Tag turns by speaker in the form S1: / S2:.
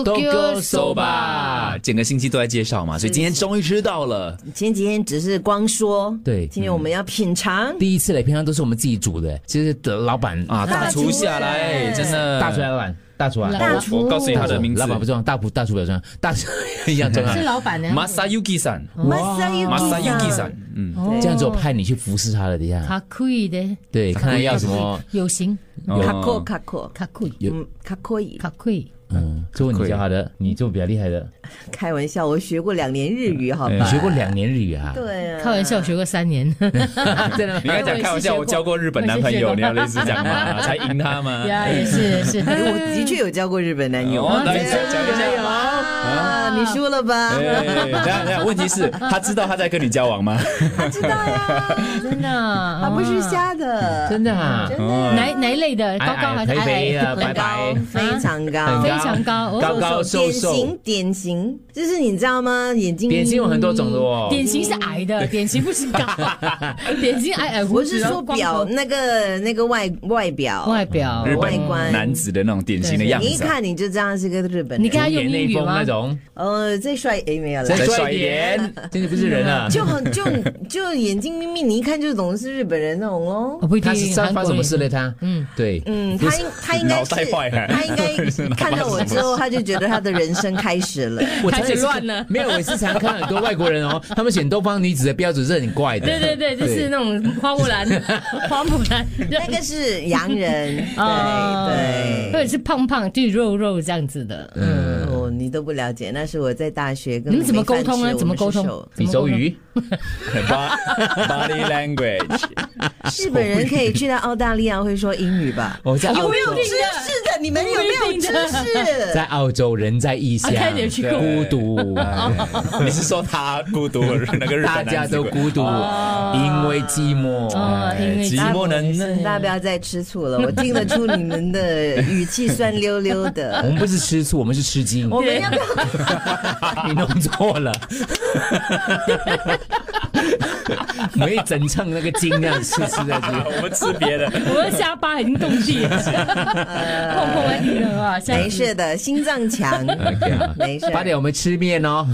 S1: Tokyo
S2: Soba
S1: Soba
S2: 整个星期都在介绍嘛，所以今天终于吃到了。
S3: 前几天只是光说，
S1: 对
S3: 今天我们要品尝。
S1: 第一次来，平常都是我们自己煮的，就是老板
S2: 啊，大厨下来，真的
S1: 大厨老板，大厨啊，
S4: 大
S2: 我
S4: 厨
S2: 我告诉你他的名字，
S1: 老板不重要，大厨大厨比较重要，大厨一样重要
S4: 是。老板娘。
S2: Masayuki san，
S3: Masayuki
S2: Masayuki
S3: san
S2: san，嗯，
S1: 这样子我派你去服侍他了，等一下。
S4: 卡酷哦的，
S1: 对，看他要什么，
S4: 有型，
S2: 哦
S3: 卡扣卡扣，
S4: 卡酷，
S1: 有
S3: 嗯，卡扣伊。
S4: 卡酷，
S1: 嗯，就你教他的，你就比较厉害的。
S3: 开玩笑，我学过两年日语，好吧？
S1: 你学过两年日语啊？
S3: 对啊，
S4: 开玩笑，学过三年，
S1: 真的吗
S2: 你刚才讲开玩笑，我交过日本男朋友，你要类似这样吗？ 才赢他吗？
S4: 呀，也是也 是，
S3: 哎我的确有交过日本男友。
S2: 哦来
S4: 真的
S2: 讲一下
S3: 啊，你输了吧？
S2: 哎，等一下等一下，问题是，他知道他在跟你交 往吗？
S3: 他知道呀，
S4: 真的，
S3: 他啊不是瞎的，
S1: 真的啊，
S2: 哦
S4: 哪哪一类的，高
S1: 矮
S4: 高还
S1: 矮
S4: 是
S1: 肥
S4: 矮
S1: 肥
S4: 矮
S1: 的，白白
S3: 高，，非常
S1: 很
S3: 高
S4: 非。常高，
S1: 高
S4: 哦，
S1: 哎高瘦
S3: 典
S1: 瘦
S3: 型。典型，就是你知道吗？眼睛
S1: 点心有很多种的
S4: 啊
S1: 哦，
S4: 嗯典型是矮的，典型不是 高，典型矮矮胡
S3: 我
S4: 子，
S3: 是
S4: 然
S3: 说
S4: 后光
S3: 表
S4: 头
S3: 那个那个外外表，
S4: 外表，
S2: 日
S3: 外
S2: 本
S3: 观
S2: 男子的那种典型的样
S3: 你一
S2: 子啊，
S3: 看你就知道是个日本
S4: 你
S3: 人。
S4: 跟他用
S1: 演
S4: 英
S1: 内
S4: 语
S1: 风
S4: 吗
S1: 那？种，
S3: 呃，最帅诶没有了
S1: 再。
S2: 再
S1: 帅
S2: 帅
S1: 一
S2: 一
S1: 点，真的不是人啊！
S3: 就很就就眼睛眯眯，你一看就懂是日本人那种喽
S4: 哦。不一定
S1: 他是，他
S4: 韩
S1: 发
S4: 国
S1: 生什么
S4: 人
S1: 事嘞？他，
S4: 嗯，
S1: 对，
S3: 嗯，他应他应该
S2: 脑
S3: 是
S2: 袋坏了
S3: 他 应该看到我之后，他就觉得他的人生开始了。
S1: 我
S4: 开
S1: 常也
S4: 始
S1: 是
S4: 乱 了。
S1: 没有，我是常看很多外国 人哦，他们选东方女子的标准是很怪的。
S4: 对对对，就是那种花木 兰，花木 兰，
S3: 那个是 洋人，
S4: 哦
S3: 对
S4: 或
S3: 对。
S4: 者是胖胖就肉肉这样子的。嗯，
S3: 哦，你都不了解，那是我在大学跟
S4: 你们怎么
S3: 没饭
S4: 沟通呢
S3: 吃
S4: 怎么沟通
S3: 我们
S1: 你手语，
S2: Bo- body language，
S3: 是手日本人可以去到澳大利亚会说英语 吧？
S4: 哦
S1: 我在澳
S4: 没有
S1: 洲
S4: 定，
S3: 知识的，你们有没有知识？
S1: 在澳洲人在异乡
S4: 啊快点去，啊
S1: 孤独，啊
S2: 你是说他孤 独那个日
S1: 大
S2: 本
S1: 家
S2: 男子
S1: 都孤独，因为寂
S4: 哦
S1: 寞。哎
S4: 因为
S2: 哎寂寞难耐
S3: 大家不要再吃醋了，我听得出你们的语气酸溜溜
S1: 我
S3: 的。
S1: 们不是吃醋，我们是吃惊。
S3: 我们要不要
S1: 你弄错 了， 我们一整秤那个斤这样吃吃 下去。
S2: 啊我们吃别的，
S4: 我的下巴已经动 地了， 碰碰完你了啊，下
S3: 没事的，心脏强
S1: OK 啊，
S3: 没事。
S1: 八点我们吃面哦。